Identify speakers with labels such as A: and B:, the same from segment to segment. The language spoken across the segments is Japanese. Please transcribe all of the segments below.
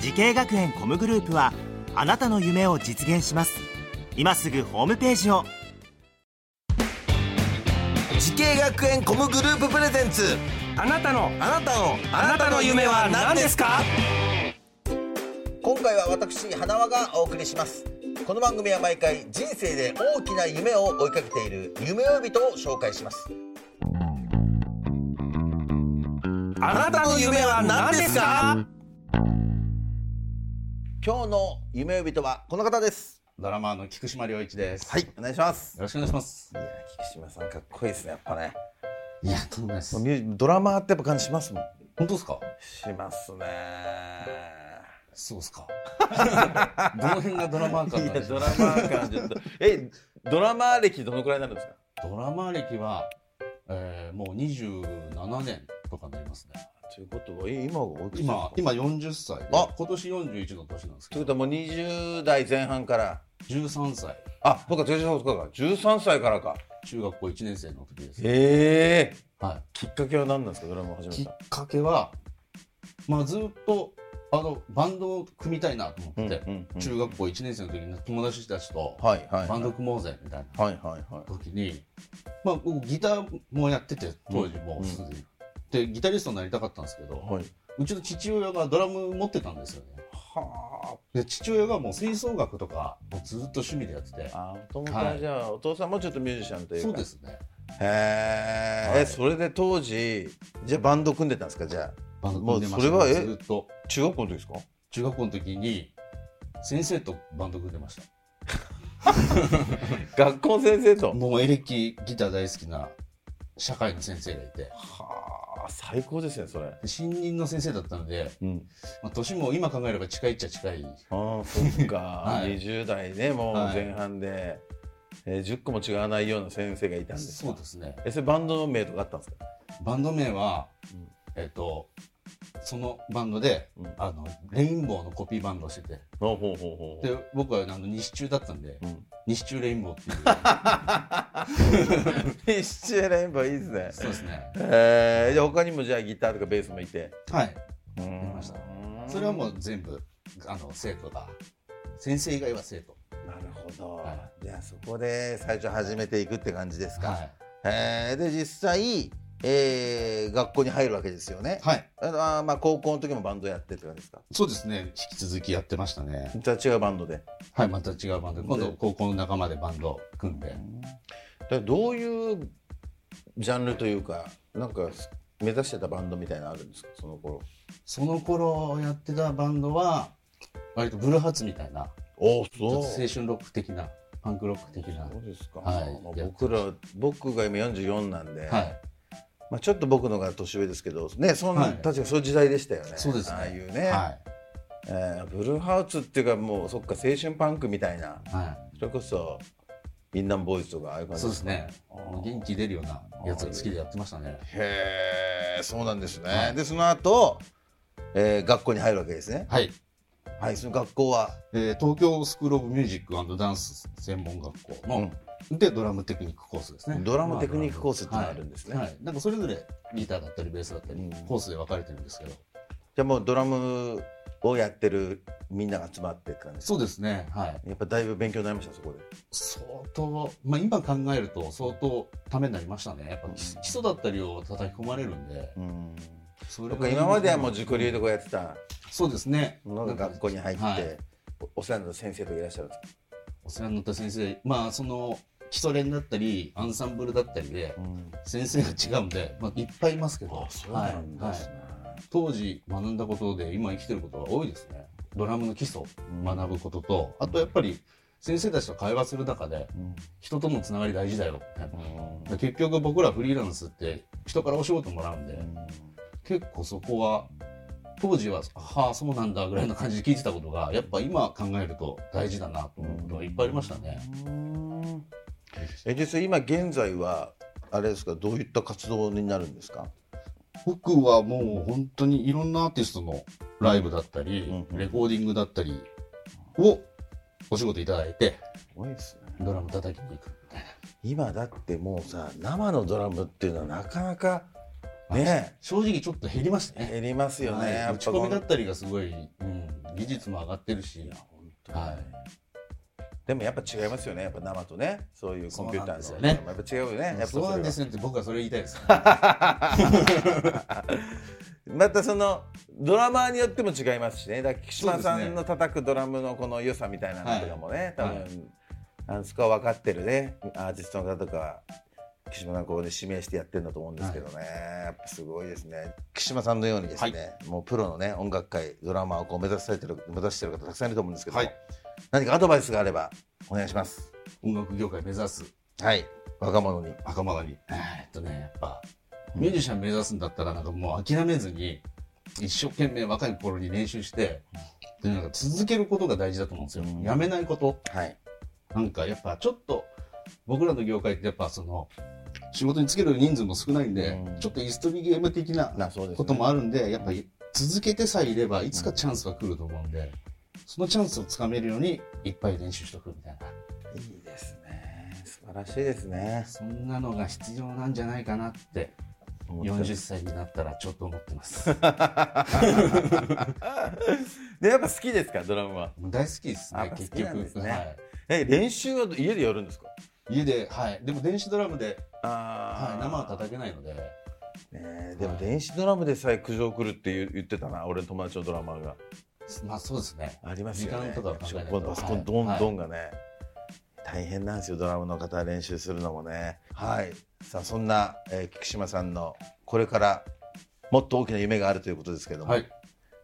A: 時系学園コムグループはあなたの夢を実現します今すぐホームページを
B: 時系学園コムグループプレゼンツ
C: あなたの
B: あなたの
C: あなたの夢は何ですか
B: 今回は私花輪がお送りしますこの番組は毎回人生で大きな夢を追いかけている夢追い人を紹介します
C: あなたの夢は何ですか
B: 今日の夢追い人はこの方です
D: ドラマーの菊島良一です。
B: はいお願いします
D: よろしくお願いします
B: い。や菊島さんかっこいいですねやっぱね
D: いや、とんでもないです。
B: ミュージドラマーってやっぱ感じしますもん
D: 本当ですか
B: しますね
D: そうですか。 どの辺がドラマーか
B: い
D: なん
B: や
D: で
B: ドラマー感じるえドラマー歴どのくらいになるんですか
D: ドラマー歴は、えー、もう27年とかになりますね。
B: ということはえ今がおいくつです
D: 今
B: か、
D: 今40歳で。
B: あ
D: 今年41の年なんです
B: と
D: け
B: いうこ
D: ど、
B: とはもう20代前半から
D: 13歳、
B: あ、僕は全然そうか。13歳からか。
D: 中学校1年生の時です。
B: ええ
D: は
B: きっかけは何なんですか、ドラマを始
D: い。
B: め。
D: きったかけは、まあずっと、あの、バンドを組みたいなと思って、
B: ん
D: 中学校1年生の時に友達たちと、
B: はいはい。
D: バンド組もうぜ、みたいな。
B: はいはいは
D: 時に、まあ、僕ギターもやってて当時もうすでに、でギタリストになりたかったんですけど、
B: い。はい。
D: うちの父親がドラム持ってたんですよね
B: は
D: で父親がもう吹奏楽とかもうずっと趣味でやってて
B: あ。あ、もともとはじゃあ、お父さんもちょっとミュージシャンというか。
D: そうですね
B: へえ、
D: はい
B: えそれで当時、じゃあバンド組んでたんですか、じゃあ。
D: バンド組んでました
B: もうそれはえ
D: ずっと
B: 中学校の時ですか
D: 中学校の時に先生とバンド組んでまし
B: 学校の先生
D: た
B: と。
D: もうエレキギター大好きな社会の先生がいて
B: はあ、最高ですね、それ。
D: で新任の先生だったので、
B: うん。
D: まあ、年も今考えれば近いっちゃ近い
B: ああ、そっか。
D: はい
B: 20代ね、もう
D: はい
B: 前半で、えー、10個も違わないような先生がいたんですか
D: そうですね
B: えそれバンドの名とかあったんですか、
D: バンド名は、
B: うん
D: えっ、とそのバンドで
B: うん
D: あのレインボーのコピーバンドをしてて
B: ほうほうほうほう
D: で僕はあの西中だったんで、
B: うん
D: 西中レインボーっていう
B: シチュエレインボーいいですね
D: そうですね
B: えー、じゃあ他にもじゃあギターとかベースもいて
D: はい
B: 出
D: ましたそれはもう全部あの生徒が先生以外は生徒
B: なるほど、
D: は
B: じゃあそこで最初始めていくって感じですか、
D: はい、
B: えーで実際、えー、学校に入るわけですよね、
D: はい、
B: あのあーまあ高校の時もバンドやってって感じですか
D: そうですね引き続きやってましたね
B: じゃあ違うバンドで
D: はいまた違うバンド今度
B: で
D: 高校の仲間でバンド組んで
B: でどういうジャンルというかなんか目指してたバンドみたいなのあるんですかその頃
D: その頃やってたバンドは割とブルーハーツみたいな
B: おお
D: ちょっと青春ロック的なパンクロック的な
B: そうですか。
D: はい
B: まあ僕ら僕が今44なんで、
D: はい
B: まあちょっと僕のが年上ですけど、ね、そんな、
D: はい
B: 確かそういう時代でしたよね。
D: そうですね
B: ああいうね、
D: は。
B: えーブルーハウスっていうかもうそっか青春パンクみたいない
D: は
B: それこそインナンボーイズとかああいう感
D: い。
B: じ
D: そうですね。
B: あ
D: もう
B: ー
D: 元気出るようなやつが好きでやってましたね。
B: へえ、そうなんですね。
D: はい
B: でその後、えー、学校に入るわけですね。
D: はい。
B: はい、その学校は、
D: えー東京スクールオブミュージックダンス専門学校の、でドラムテクニックコースですね。
B: ドラムテクニックコースっていうのが
D: ま
B: あるんですね
D: はい。はいなんかそれぞれギターだったりベースだったり、
B: うん
D: コースで分かれてるんですけど。
B: じゃあもうドラムをやってるみんなが集まってって感じです
D: そうですね。はい。
B: やっぱだいぶ勉強になりましたそこで。
D: 相当、まあ今考えると相当ためになりましたね。やっぱ基基礎だったりを叩き込まれるんで。
B: うん
D: そ
B: な
D: れ
B: ん
D: が
B: か今まではもう自己流でこうやってた
D: そうですね。
B: のが学校に入って、
D: はい
B: おお世話になった先生とかいらっしゃるんですか、
D: お世話になった先生まあその基礎練だったりアンサンブルだったりで先生が違うんで、まあ、いっぱいいますけどはいはい、当時学んだことで今生きてることが多いですねドラムの基礎を学ぶこととあとやっぱり先生たちと会話する中で人とのつながり大事だよみたいなで結局僕らフリーランスって人からお仕事もらうんで結構そこは当時は「はあそうなんだ」ぐらいの感じで聞いてたことがやっぱ今考えると大事だなと思うことがいっぱいありましたね。
B: え実際今現在はあれですかどういった活動になるんですか
D: 僕はもう本当にいろんなアーティストのライブだったり、
B: うん
D: レコーディングだったりをお仕事いただいて
B: すごいですね
D: ドラム叩きに行くみたいな
B: 今だってもうさ生のドラムっていうのはなかなかね
D: 正直ちょっと減りましたね
B: 減りますよね、
D: はい
B: やっぱ
D: 打ち
B: こ
D: 込みだ
B: の
D: ったりがすごい、うん、技術も上がってるしは
B: でもやっぱ違いますよねやっぱ生とねそういうコンピューター
D: そう
B: の、
D: なんですよね
B: やっぱ違うよねやっぱ
D: いそうなんです
B: よ
D: よって僕はそれ言いたいです、
B: またそのドラマーによっても違いますしねだから岸間さ
D: そうです
B: ん
D: ね
B: の叩くドラムのこの良さみたいなのとかもね、多分、
D: はい
B: あのそこは分かってるねアーティストの方とかは岸間さんこうね指名してやってるんだと思うんですけどね、やっぱすごいですね岸間さんのようにですね、もうプロのね音楽界ドラマーをこう目指されてる目指してる方たくさんいると思うんですけども、
D: はい
B: 何かアドバイスがあればお願いします
D: 音楽業界目指す
B: はい若者に
D: 赤間がにえーっとねやっぱミュージシャン目指すんだったらなんかもう諦めずに一生懸命若い頃に練習してでなんか続けることが大事だと思うんですよ、
B: うん
D: やめないこと
B: はい
D: なんかやっぱちょっと僕らの業界ってやっぱその仕事につける人数も少ないんで、
B: うん
D: ちょっとイストリゲーム的な
B: なそうですね
D: こともあるんでやっぱり続けてさえいればいつかチャンスは来ると思うんで、そのチャンスをつかめるようにいっぱい練習しとくみたいない
B: いですね素晴らしいですね
D: そんなのが必要なんじゃないかなって40歳になったらちょっと思ってます
B: でやっぱ好きですかドラムは
D: もう 大好きです
B: あ
D: ね
B: やっぱ好
D: 結
B: きなん
D: 局
B: ですね
D: はい、
B: え練習は家でやるんですか
D: 家ではいでも電子ドラムで、は
B: あ
D: い、生は叩けないので
B: ねえでも電子ドラムでさえ苦情来るって言う言ってたな俺の友達のドラマーが
D: まあそうですね
B: ありますよね
D: 時間とかを考えないと
B: このパソコンどんどんがね、大変なんですよドラムの方は練習するのもねはいさあそんな、えー菊島さんのこれからもっと大きな夢があるということですけども、
D: はい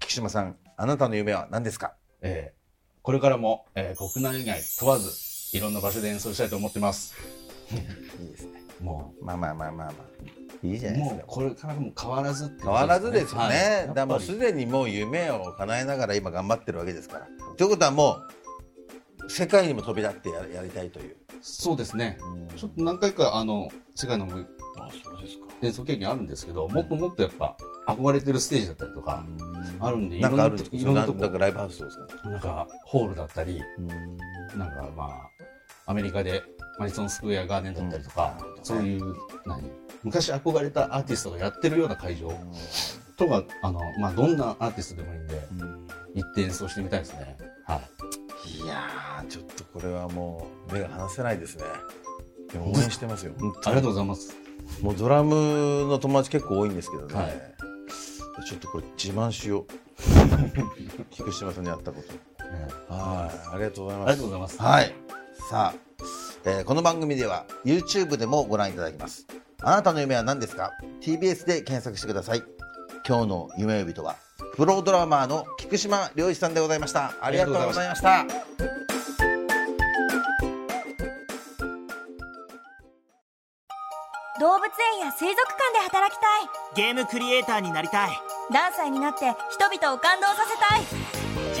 B: 菊島さんあなたの夢は何ですか
D: えーこれからも、えー国内外問わずいろんな場所で演奏したいと思ってます
B: いいですね
D: も
B: まあまあまあまあまあいいじゃ
D: う
B: ないです
D: も
B: か
D: うこれからも変わらずって
B: 変わらずですよね、
D: はい
B: だからもうすでにもう夢を叶えながら今頑張ってるわけですからということはもう世界にも飛び立ってややりたいという
D: そうですねちょっと何回かあの世界のも
B: あそうですか
D: 演奏経験あるんですけどもっともっとやっぱ憧れてるステージだったりとかあるんでい
B: な
D: ろ
B: ん
D: ん
B: かある
D: な
B: んです
D: と
B: か
D: いろんなと
B: なん
D: こ
B: かライブハウスとかですか
D: なんかホールだったりなんかまあアメリカでマリソンスクエアガーデンだったりとか、そういう何昔憧れたアーティストがやってるような会場とかあの、まあ、どんなアーティストでもいいんで、行って演奏してみたいですね。はい
B: やーちょっとこれはもう目が離せないですねでも応援してますよ
D: い、ありがとうございます。
B: もうドラムの友達結構多いんですけどね、
D: はい
B: ちょっとこれ自慢しよう菊島さんに会ったこと
D: ね
B: はいありがとうござい
D: あ
B: ま
D: り
B: す
D: がとうございます。
B: はい。さあ、えーこの番組では YouTube でもご覧いただけます。あなたの夢は何ですか ?TBS で検索してください。今日の夢呼びとは、プロドラマーの菊島良一さんでございました。ありがとうございました。
E: 動物園や水族館で働きたい
A: ゲームクリエイターになりたい
E: 何歳になって人々を感動させたい